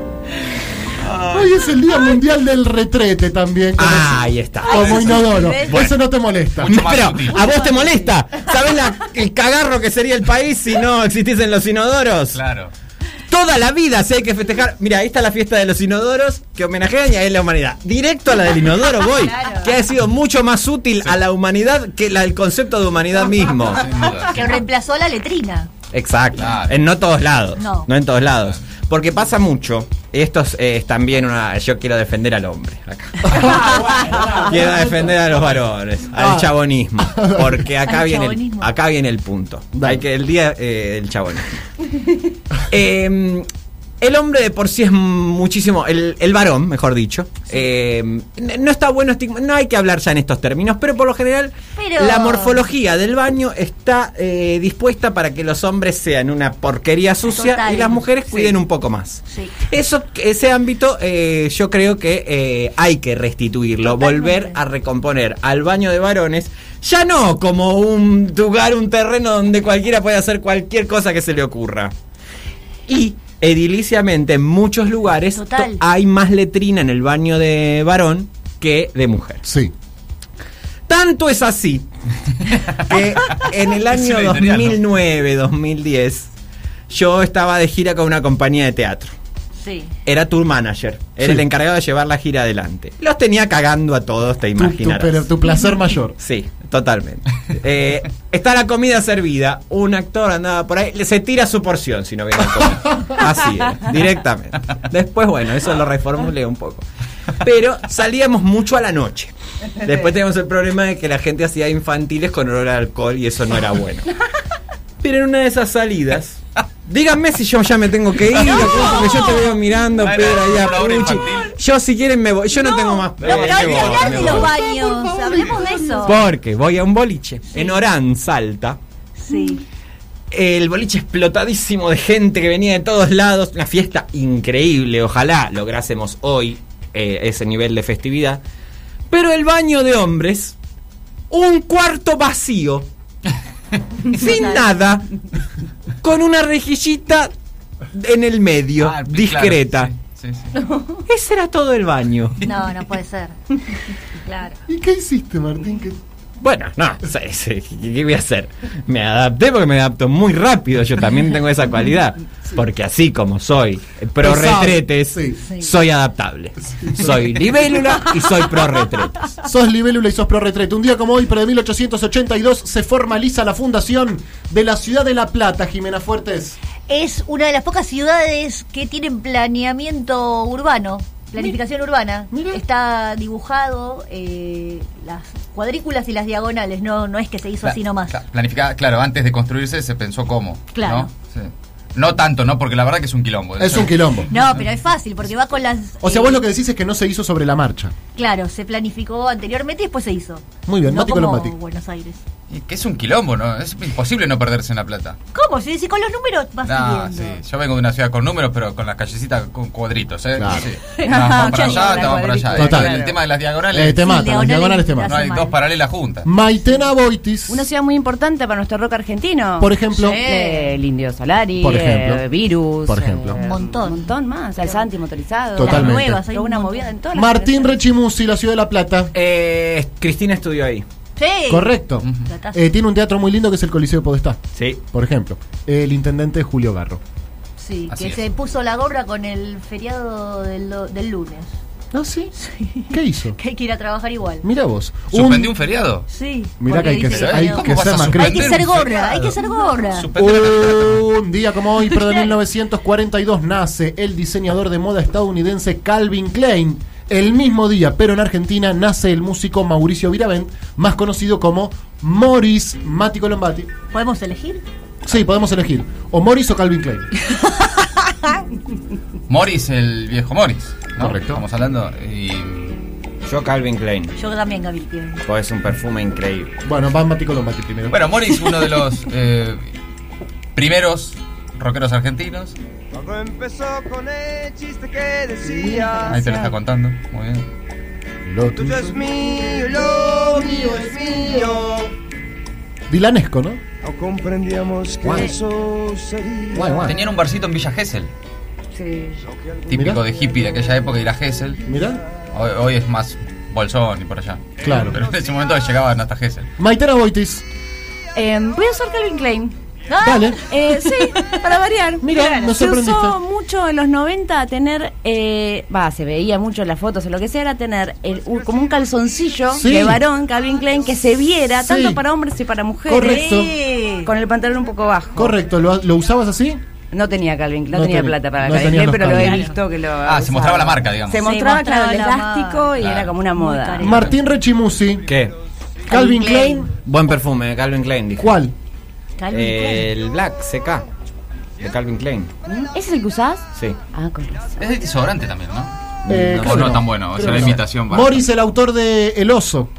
Hoy es el Día Mundial del Retrete también. como-
ahí está.
Como inodoro.
Bueno.
Eso no te molesta.
Mucho más
Pero,
sutil.
¿a vos te molesta? ¿Sabés la- el cagarro que sería el país si no existiesen los inodoros?
Claro.
Toda la vida se hay que festejar. Mira, ahí está la fiesta de los inodoros que homenajean y ahí la humanidad. Directo a la del inodoro voy,
Claro.
que ha sido mucho más útil a la humanidad que la- el concepto de humanidad mismo.
Sin duda.
Que reemplazó a la letrina.
Exacto.
Claro.
En no todos lados. No.
No.
en todos lados. Porque pasa mucho. Esto es, eh, es también una. Yo quiero defender al hombre acá.
Ah,
quiero defender a los varones, al
Ah.
chabonismo. Porque acá
Al
viene
chabonismo.
el, acá viene el punto.
Dale.
Hay que el día eh, del chabonismo. Eh, el hombre de por sí es muchísimo, el, el varón, mejor dicho. Eh, n- no está bueno, estigma- no hay que hablar ya en estos términos, pero por lo general
Pero-
la morfología del baño está eh, dispuesta para que los hombres sean una porquería sucia
Total.
y las mujeres cuiden un poco más.
Sí.
Eso, ese ámbito eh, yo creo que eh, hay que restituirlo,
Totalmente.
volver a recomponer al baño de varones, ya no como un lugar, un terreno donde cualquiera puede hacer cualquier cosa que se le ocurra. Y ediliciamente en muchos lugares to-
Total.
hay más letrina en el baño de varón que de mujer.
Sí.
Tanto es así que en el
Es
año
una editorial, ¿no?
2009, 2010, yo estaba de gira con una compañía de teatro
Sí.
era tour manager. Era
Sí.
el encargado de llevar la gira adelante. Los tenía cagando a todos, te
Tu- tu-
imaginas.
pero tu placer mayor.
Sí, totalmente. Eh, está la comida servida, un actor andaba por ahí, le- se tira su porción si no viene a comer. Así, era, directamente. Después, bueno, eso lo reformulé un poco. Pero salíamos mucho a la noche. Después teníamos el problema de que la gente hacía infantiles con olor a alcohol y eso no era bueno. Pero en una de esas salidas, díganme si yo ya me tengo que ir, porque yo te veo mirando,
No, no,
Pedro, ahí a
no, no, no,
Pucci.
infantil.
Yo si quieren me voy, yo no, tengo más.
No, pero
eh,
hay
me
que
voy, me
hablar de
voy.
los baños. Hablemos de eso.
Porque voy a un boliche en Orán, Salta.
Sí.
El boliche explotadísimo de gente que venía de todos lados. Una fiesta increíble. Ojalá lográsemos hoy eh, ese nivel de festividad. Pero el baño de hombres, un cuarto vacío. sin nada. Con una rejillita en el medio,
Ah, claro,
discreta.
sí, sí, sí.
Ese era todo el baño.
No, no puede ser. Claro.
¿Y qué hiciste, Martín? ¿Qué-
Bueno, no, sí, sí, ¿qué qué voy a hacer? Me adapté porque me adapto muy rápido, yo también tengo esa cualidad, porque así como soy pro
Pesado.
retretes,
Sí.
soy adaptable. Soy libélula y soy pro retretes.
Sos libélula y sos pro retrete. Un día como hoy, pero de 1882, se formaliza la fundación de la ciudad de La Plata, Jimena Fuertes.
Es una de las pocas ciudades que tienen planeamiento urbano. Planificación urbana.
Mira.
Está dibujado eh, las cuadrículas y las diagonales. No, no es que se hizo así nomás.
Pla- Planificada, claro, antes de construirse se pensó cómo.
Claro.
¿no? Sí. No tanto, ¿no? Porque la verdad que es un quilombo.
Es un quilombo.
No, pero es fácil porque va con las.
O sea,
eh,
vos lo que decís es que no se hizo sobre la marcha.
Claro, se planificó anteriormente y después se hizo.
Muy bien,
no
Mati
como
Colombati.
Buenos Aires.
Y que es un quilombo, ¿no? Es imposible no perderse en la plata.
¿Cómo? Si, si con los números vas
Ah, sí.
pidiendo.
Yo vengo de una ciudad con números, pero con las callecitas con cuadritos, ¿eh?
Claro.
Sí. Una va para allá, otra va para allá.
Total.
Total. El
Claro.
tema de las diagonales,
Eh, te mata, las
diagonales
diagonales te
las
no
matan.
hay
mal.
dos paralelas juntas.
Maitena Boitis.
Una ciudad muy importante para nuestro rock argentino.
Por ejemplo.
Eh, el Indio Solari,
Por ejemplo.
eh, Virus.
Por ejemplo.
eh,
Un montón.
Un montón más. Al Santi motorizado.
Totalmente.
Las nuevas, hay
Un
una
montón.
movida en todas las
Martín
generaciones.
Rechimusi, la ciudad de La Plata.
Eh, Cristina estudió ahí.
Sí.
Correcto.
Datazo.
Eh, tiene un teatro muy lindo que es el Coliseo Podestá,
Sí.
por ejemplo. El intendente Julio Barro.
Sí,
Así
que
es.
se puso la gorra con el feriado del, lo- del lunes.
¿Ah, sí? ¿Qué hizo?
Que hay que ir a trabajar igual.
Mira vos. un-
¿Suspendió un feriado?
Sí.
Mirá que
porque
hay que
dice
ser,
que
hay
no.
que
¿Cómo
ser
vas a
más
Hay
crítico.
que ser gorra, hay que ser gorra.
Suspender la plata.
Un día como hoy, pero de 1942 nace el diseñador de moda estadounidense Calvin Klein. El mismo día, pero en Argentina, nace el músico Mauricio Viravent, más conocido como Morris Mati Colombati.
¿Podemos elegir?
Sí, podemos elegir. O Morris o Calvin Klein.
Morris, el viejo Morris. ¿no?
Correcto.
Estamos hablando. Y...
Yo Calvin Klein.
Yo también, Gaby. Tiene.
Pues es un perfume increíble.
Bueno, va Mati Colombati primero.
Bueno, Morris, uno de los eh, primeros rockeros argentinos.
Todo empezó con el chiste que decía
Ahí te lo está contando. Muy bien.
Lo tuyo.
Tuyo es mío, lo mío es mío
Dilanesco, ¿no?
No comprendíamos que
Guay.
eso sería
Guay, guay.
Tenían un barcito en Villa Gesell.
Sí.
Típico
Mirá.
de hippie de aquella época, ir a Gesell.
Mirá.
Hoy, hoy es más bolsón y por allá.
Claro.
Pero en ese momento llegaban hasta Gesell.
Maitena Boitis.
Eh, voy a usar Calvin Klein.
Dale.
Eh, sí, para variar.
Mira, me
se
sorprendiste.
usó mucho en los 90 a tener, eh, va, se veía mucho en las fotos o lo que sea, era tener el- un- como un calzoncillo
Sí.
de varón, Calvin Klein, que se viera
Sí.
tanto para hombres y para mujeres.
Correcto.
Sí. Con el pantalón un poco bajo.
Correcto, ¿lo, lo usabas así?
No tenía Calvin, no,
No
tenía
tenía-
plata para
no
Calvin
tenía
Klein,
los
pero lo he
Calvin.
visto que lo.
Ah, se
usaba.
mostraba la marca, digamos.
Se mostraba,
mostraba
claro, el
la
elástico y
marca.
era como una
Muy
moda.
careta.
Martín Rechimusi.
¿Qué?
Calvin
Calvin
Klein.
Buen perfume, Calvin Klein, dije.
¿Cuál?
Calvin
Eh,
Klein.
el Black CK. De Calvin Klein.
¿Ese es el que usás?
Sí.
Ah, con razón.
Es el desodorante también, ¿no?
Eh,
o
creo
Oh, no
que
tan bueno, o
creo
sea,
que
la
no.
imitación barata.
Morris, el autor de El Oso.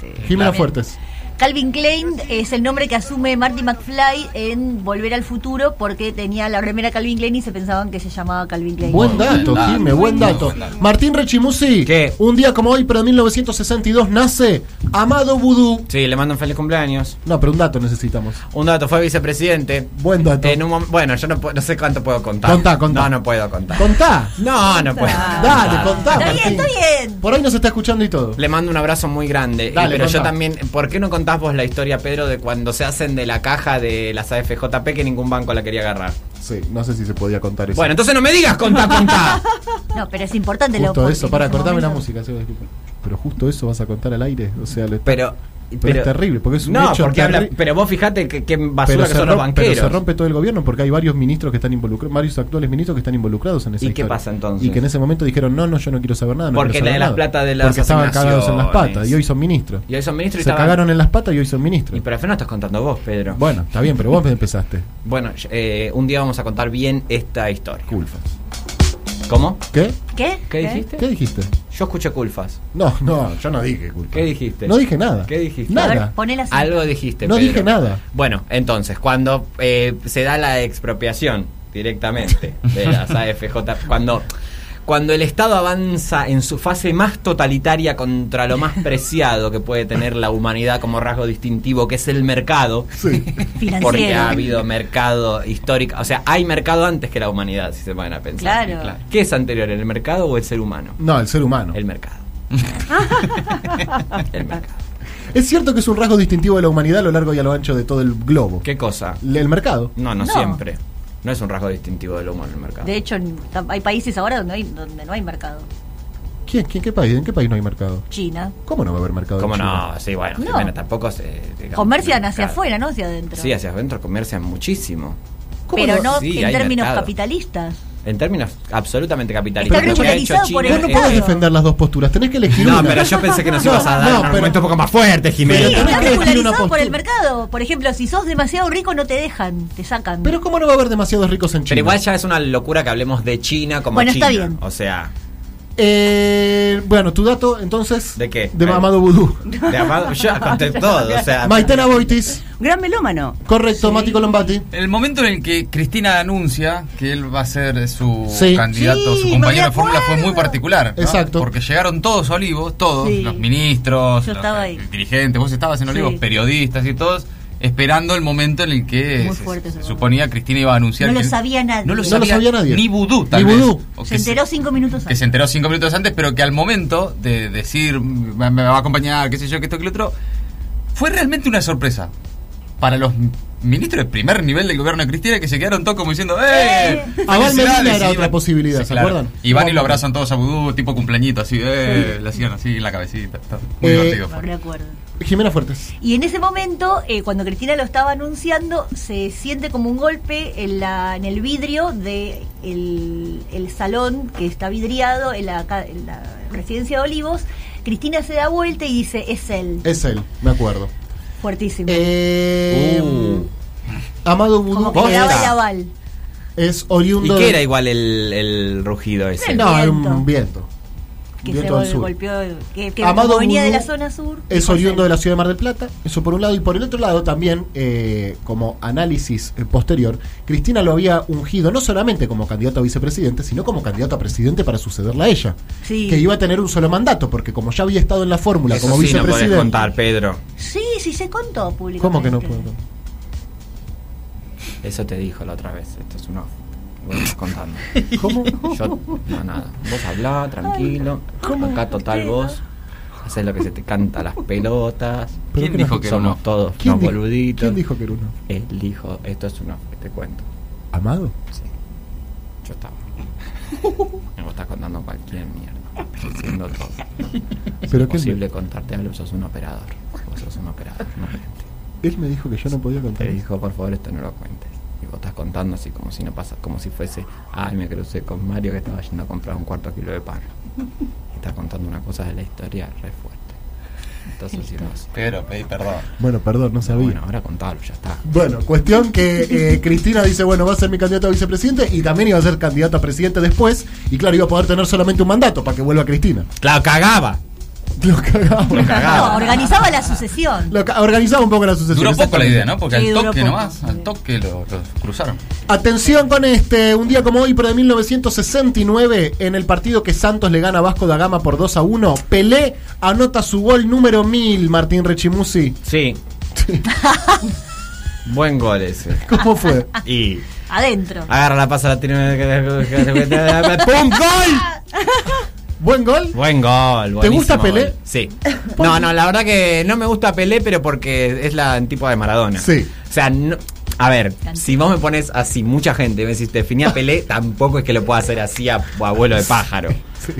Sí.
Jimena
Claro.
Fuertes.
Calvin Klein es el nombre que asume Marty McFly en Volver al Futuro porque tenía la remera Calvin Klein y se pensaban que se llamaba Calvin Klein.
Buen dato,
buen dato,
Jime, buen
buen
dato.
dato.
Martín Rechimusi.
¿Qué?
Un día como hoy, pero en 1962, nace Amado Vudú.
Sí, le mando un feliz cumpleaños.
No, pero un dato necesitamos.
Un dato, fue vicepresidente.
Buen dato.
En un mom- bueno, yo no, pu- no sé cuánto puedo contar.
Contá, contá.
No, no puedo contar.
Contá.
no, no puedo.
Dale, contá,
Ah, Está
Martín.
bien, está bien.
Por ahí nos está escuchando y todo.
Le mando un abrazo muy grande. Y-
Dale,
pero yo
contá.
también, ¿por qué no contás vos la historia, Pedro, de cuando se hacen de la caja de las AFJP que ningún banco la quería agarrar?
Sí, no sé si se podía contar eso.
Bueno, entonces no me digas contá, contá.
No, pero es importante lo
justo
porque
eso,
en
para,
ese
cortame la
momento-
música. sí, disculpa. Pero justo eso vas a contar al aire. O sea, lo-
Pero,
Pero es terrible, porque es un
no,
hecho
porque
terri-
habla- pero vos fijate que, que basura
pero
que
se
son los
rompe- pero
banqueros.
se rompe todo el gobierno porque hay varios ministros que están involucrados, varios actuales ministros que están involucrados en esa
¿Y qué
historia.
pasa entonces?
Y que en ese momento dijeron, no, no, yo no quiero saber nada. no
Porque
quiero
la
saber
de las
nada".
plata de las
Porque estaban cagados en las
asignaciones.
patas y hoy son ministros.
Y hoy son
Se
ministros y estaban-
cagaron en las patas y hoy son ministros.
Y pero al final no estás contando vos, Pedro.
Bueno, está bien, pero vos empezaste.
Bueno, eh, un día vamos a contar bien esta historia.
Culfas.
¿Cómo?
¿Qué?
¿Qué? ¿Eh?
¿Qué dijiste?
¿Qué dijiste?
Yo escuché culfas.
No, no, yo no dije culfas.
¿Qué dijiste?
No dije nada.
¿Qué dijiste?
A ver,
Nada.
ponela así.
Algo dijiste.
No
Pedro.
dije nada.
Bueno, entonces, cuando eh, se da la expropiación directamente de las AFJ, cuando, cuando el Estado avanza en su fase más totalitaria contra lo más preciado que puede tener la humanidad como rasgo distintivo, que es el mercado,
Sí.
Financiero.
porque ha habido mercado histórico, o sea, hay mercado antes que la humanidad, si se van a pensar.
Claro.
¿Qué es anterior, el mercado o el ser humano?
No, el ser humano.
El mercado. el mercado.
Es cierto que es un rasgo distintivo de la humanidad a lo largo y a lo ancho de todo el globo.
¿Qué cosa?
El mercado.
No, no,
No.
siempre. No es un rasgo distintivo del humano el mercado.
De hecho, en- hay países ahora donde, hay, donde no hay mercado.
¿Quién, quién, qué país? ¿En qué país no hay mercado?
China.
¿Cómo no va a haber mercado? en
¿Cómo
China?
no? Sí, bueno,
No.
Jimena, tampoco se. digamos,
Comercian
mercado.
hacia afuera, no hacia adentro.
Sí, hacia adentro comercian muchísimo.
Pero no
Sí,
en
hay
términos
mercado.
capitalistas.
En términos absolutamente capitalistas.
Está
Lo que ha hecho
ridiculizado por
China
Vos
el
no
es-
podés
Claro.
defender las dos posturas, tenés que elegir
No,
una.
pero yo pensé que nos
No,
ibas a dar
no,
un
pero-
argumento un poco más fuerte, Jimena.
Pero tenés
Está
que elegir una
regularizado por
postura.
el mercado. Por ejemplo, si sos demasiado rico no te dejan, te sacan.
Pero ¿cómo no va a haber demasiados ricos en China?
Pero igual ya es una locura que hablemos de China como
Bueno,
China.
está bien.
O sea,
Eh, bueno, tu dato entonces.
¿De qué?
De
Eh.
Mamado Vudú.
de amado, ya conté todo. O sea,
Maitena Boitis.
Gran melómano.
Correcto, Mati Colombati.
El momento en el que Cristina anuncia que él va a ser su
Sí.
candidato,
Sí,
su
me
compañero de fórmula
acuerdo.
fue muy particular. ¿no?
Exacto.
Porque llegaron todos a Olivos, todos,
Sí.
los ministros,
Yo
los,
estaba
eh,
ahí.
el dirigente, vos estabas en Olivos,
Sí.
periodistas y todos, esperando el momento en el que
Muy
se-
fuerte ese
se,
momento.
suponía Cristina iba a anunciar.
No lo
que-
sabía nadie.
No
No
lo
lo
sabía,
sabía nadie.
Ni vudú, tal
Ni
vez.
vudú.
O que
se enteró cinco minutos
que
antes.
se enteró cinco minutos antes, pero que al momento de decir me me va a acompañar, qué sé yo, que esto, que lo otro, fue realmente una sorpresa para los ministros de primer nivel del gobierno de Cristina que se quedaron todos como diciendo ¡Eh!
Aval Medina
felicidades",
era
y
otra
iban-
posibilidad, ¿se acuerdan?
Y van y lo abrazan todos a Vudú, tipo cumpleañito, así, ¡eh! Le hacían así en la cabecita. está muy
Eh,
divertido.
No
fue.
me acuerdo.
Jimena Fuertes.
Y en ese momento, eh, cuando Cristina lo estaba anunciando, se siente como un golpe en, la, en el vidrio de el, el salón que está vidriado en la, ca- en la residencia de Olivos. Cristina se da vuelta y dice, es él.
Es él, me acuerdo.
Fuertísimo.
Eh,
Uh.
Amado
como
Vudú
que le daba
posta.
el aval.
es
¿y
oriundo.
qué
de-
era igual el, el rugido ese?
No, era
Viento.
un viento.
Que
Viento del
se
sur.
golpeó, que, que
Amado
como venía de
Vudú
la zona sur.
Es
dijo,
oriundo de
"Es él".
la ciudad de Mar del Plata, eso por un lado, y por el otro lado también, eh, como análisis eh, posterior, Cristina lo había ungido no solamente como candidato a vicepresidente, sino como candidato a presidente para sucederla a ella.
Sí.
Que iba a tener un solo mandato, porque como ya había estado en la fórmula
Eso
como
sí, no podés
vicepresidente.
contar, Pedro.
Sí, sí, se contó públicamente.
¿Cómo que no puedo contar?
Eso te dijo la otra vez. Esto es un off. Vos estás contando.
¿Cómo?
Yo, no, nada. Vos hablá, tranquilo. Acá, total, vos haces lo que se te canta las pelotas.
Pero
¿Quién
que
dijo
no-
que era
Somos
uno?
todos
¿Quién
unos
dijo-
boluditos.
¿Quién dijo que era uno?
Él dijo, esto es un off, te cuento.
¿Amado?
Sí. Yo estaba. Me estás contando cualquier mierda. Diciendo todo.
¿Pero
es
qué?
posible contarte algo, sos un operador. Vos sos un operador, no gente.
Él me dijo que yo no podía contar.
Te dijo, por favor, esto no lo cuentes. Y vos estás contando así como si no pasa, como si fuese, ay, me crucé con Mario que estaba yendo a comprar un cuarto kilo de pan. Y estás contando una cosa de la historia re fuerte. Entonces, si no, así.
Pero pedí perdón.
Bueno, perdón, no sabía.
bueno, ahora contalo, ya está.
Bueno, cuestión que eh, Cristina dice, bueno, va a ser mi candidato a vicepresidente y también iba a ser candidata a presidente después y claro, iba a poder tener solamente un mandato para que vuelva Cristina.
Claro, cagaba.
Lo cagaba.
No, organizaba la sucesión.
Lo ca- organizaba un poco la sucesión.
Duró poco la idea, ¿no? Porque
Sí,
al
duró
toque
poco.
nomás, al toque lo, lo cruzaron.
Atención con este, un día como hoy, pero de 1969, en el partido que Santos le gana a Vasco da Gama por 2 a 1, Pelé anota su gol número 1000, Martín Rechimusi.
Sí. Buen gol ese.
¿Cómo fue?
Y
Adentro.
agarra la pasa, la tira. ¡Pum! ¡Gol!
¿Buen gol?
Buen gol. buenísimo
gusta
gol.
Pelé?
Sí. No, no, la verdad que no me gusta Pelé, pero porque es la antípoda de Maradona.
Sí.
O sea, no- a ver, si vos me pones así mucha gente y me decís, te definí a Pelé, tampoco es que lo pueda hacer así a, a abuelo de pájaro.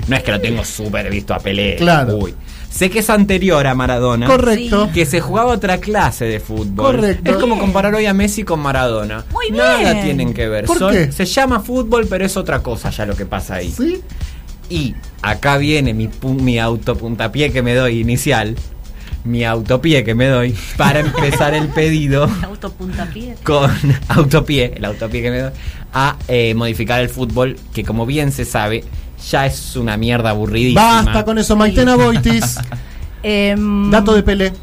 No es que lo tengo súper visto a Pelé.
Claro.
Uy. Sé que es anterior a Maradona.
Correcto.
Que se jugaba otra clase de fútbol.
Correcto.
Es como comparar hoy a Messi con Maradona.
Muy bien.
Nada tienen que ver.
¿Por
Son-
qué?
Se llama fútbol, pero es otra cosa ya lo que pasa ahí.
¿Sí?
Y acá viene mi, pu- mi autopuntapié que me doy inicial, mi autopié que me doy para empezar el pedido
Ah.
Autopuntapié.
con autopié, el autopié que me doy, a eh, modificar el fútbol que como bien se sabe ya es una mierda aburridísima.
Basta con eso, Maitena Boitis.
Em,
Dato de Pelé.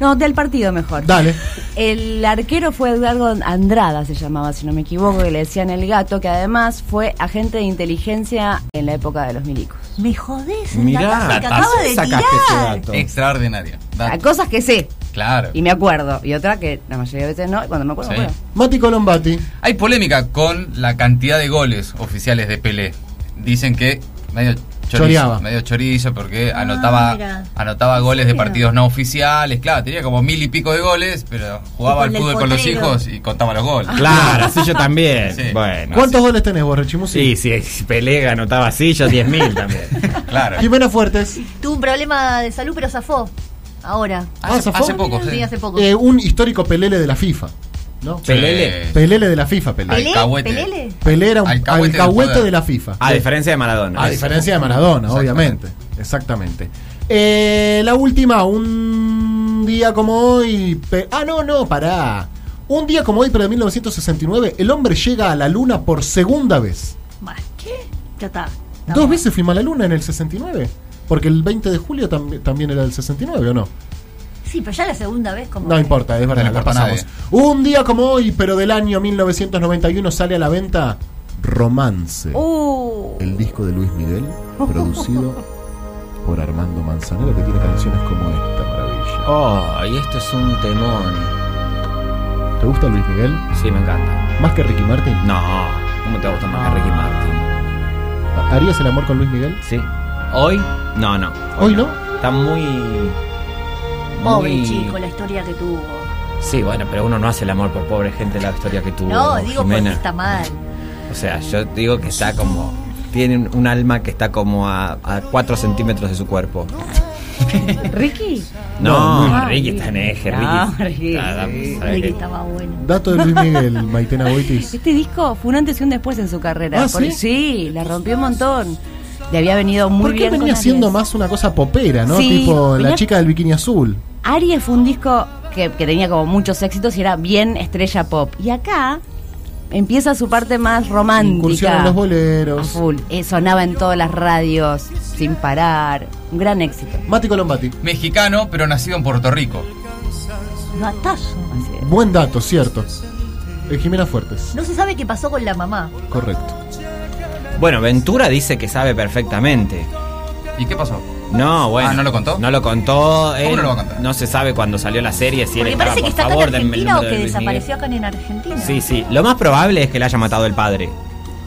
No, del partido mejor.
Dale.
El arquero fue Eduardo Andrada, se llamaba, si no me equivoco, que le decían el gato, que además fue agente de inteligencia en la época de los milicos.
Me jodés, el
Mirá,
datazo que acaba de
sacaste ese
tirar.
dato.
Extraordinaria.
Ah.
Da-
Hay cosas que sé
Claro.
y me acuerdo, y otra que la mayoría de veces no, y cuando me acuerdo,
Sí.
me acuerdo.
Mati Colombati.
Hay polémica con la cantidad de goles oficiales de Pelé. Dicen que medio chorizo,
Choreaba.
medio chorizo porque
Ah,
anotaba,
mira.
anotaba goles de
Mira.
partidos no oficiales. Claro, tenía como mil y pico de goles, pero jugaba
Y con
al
el
fútbol con los
potrero.
hijos y contaba los goles.
Claro, así yo también.
Sí.
Bueno.
¿Cuántos goles tenés vos, Rechimusi?
Sí, sí, si Pelé anotaba así, yo 10.000 también.
Claro.
Jimena Fuertes,
Tuvo un problema de salud, pero zafó. Ahora.
Ah,
Hace,
¿zafó?
hace poco, sí.
Sí, hace poco.
eh, un histórico pelele de la FIFA. ¿no?
Sí.
Pelele.
Pelele de la FIFA, Pelele.
¿Pelé?
Alcahuete.
¿Pelele?
Pelé era un
Alcahuete
alcahuete,
del poder.
de la FIFA.
A diferencia de Maradona.
A diferencia de Maradona,
Exactamente.
obviamente. Exactamente. Eh, la última, un día como hoy. pe- ah, no, no, pará. Un día como hoy, pero de 1969, el hombre llega a la luna por segunda vez.
Bueno, ¿Qué? Ya está. está
Dos
mal.
veces fuimos a la luna en el 69. Porque el 20 de julio tam- también era del 69, ¿o no?
Sí, pero ya la segunda vez como.
No
que-
importa, es verdad,
No le
la
importa a
pasamos. Un día como hoy, pero del año 1991, sale a la venta Romance.
Uh,
el disco de Luis Miguel, producido por Armando Manzanero, que tiene canciones como esta maravilla.
Oh, y esto es un temón.
¿Te gusta Luis Miguel?
Sí, me encanta.
¿Más que Ricky Martin?
No, ¿cómo te va a gustar más que Ricky Martin?
¿Harías el amor con Luis Miguel?
Sí. ¿Hoy? No, no.
Hoy no.
Está muy.
pobre
muy-
chico, la historia que tuvo.
Sí, bueno, pero uno no hace el amor por pobre gente la historia que tuvo.
No, digo porque
Jimena.
está mal.
O sea, yo digo que está como. Tiene un- un alma que está como a, a 4 centímetros de su cuerpo.
¿Ricky?
No,
No, no.
Ricky está en eje, Ricky.
No, Ricky,
está-
sí.
sabe
Hombre,
que-
que estaba bueno.
Dato de Luis Miguel, Maitena Boitis.
Este disco fue un antes y un después en su carrera.
Ah,
porque-
¿sí?
la rompió un montón. Le había venido muy
¿Por qué
bien.
venía
con
siendo
Aries.
más una cosa popera, no?
Sí,
tipo la
venía-
chica del bikini azul.
Aries fue un disco que, que tenía como muchos éxitos y era bien estrella pop. Y acá empieza su parte más
Incursión en
romántica.
los
a
boleros.
full. Eh, sonaba en todas las radios, sin parar. Un gran éxito.
Mati Colombati.
Mexicano, pero nacido en Puerto Rico.
Gatazo.
Así es.
Buen dato, cierto. Eh, Jimena Fuertes.
No se sabe qué pasó con la mamá.
Correcto.
Bueno, Ventura dice que sabe perfectamente.
¿Y qué pasó?
No, bueno.
Ah, ¿no lo contó?
No lo contó. él
no lo va a contar?
No se sabe cuándo salió la serie, si él
Porque
estaba
parece que
por
está acá
favor
en
del
Argentina o que
desapareció
desapareció acá en Argentina.
Sí, sí. Lo más probable es que le haya matado el padre.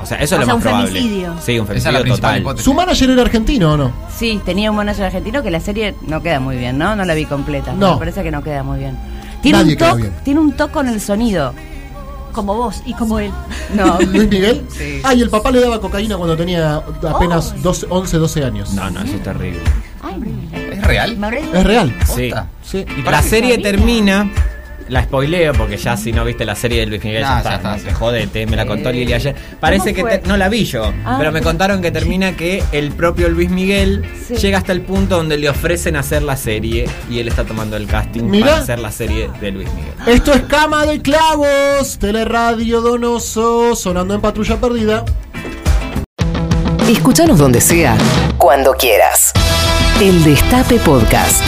O sea, eso es
O sea,
lo más
un
probable.
femicidio.
Sí, un femicidio
Esa es la principal
total.
hipótesis.
¿Su manager era argentino o no?
Sí, tenía un manager argentino que la serie no queda muy bien, ¿no? No la vi completa.
No.
Me parece que no queda muy bien. Tiene
Nadie
un
queda
toque,
bien.
tiene un toque con el sonido.
Como vos y como él.
No.
¿Luis Miguel?
Sí.
Ah, y el papá le daba cocaína cuando tenía apenas 12, 11, 12 años.
No, no, eso es terrible.
¿Es real?
Es real.
Sí.
Posta.
Sí.
La serie termina. La spoileo porque ya si no viste la serie de Luis Miguel,
Ah,
ya está,
ya está,
¿no?
sí.
Te jodete, me la contó Lili ayer. Parece que
fue?
te- no la vi yo,
Ah.
pero me contaron que termina que el propio Luis Miguel
Sí.
llega hasta el punto donde le ofrecen hacer la serie y él está tomando el casting
Mirá.
para hacer la serie de Luis Miguel.
Esto es Cama de Clavos, Teleradio Donoso, sonando en patrulla perdida.
Escúchanos donde sea, cuando quieras. El Destape Podcast.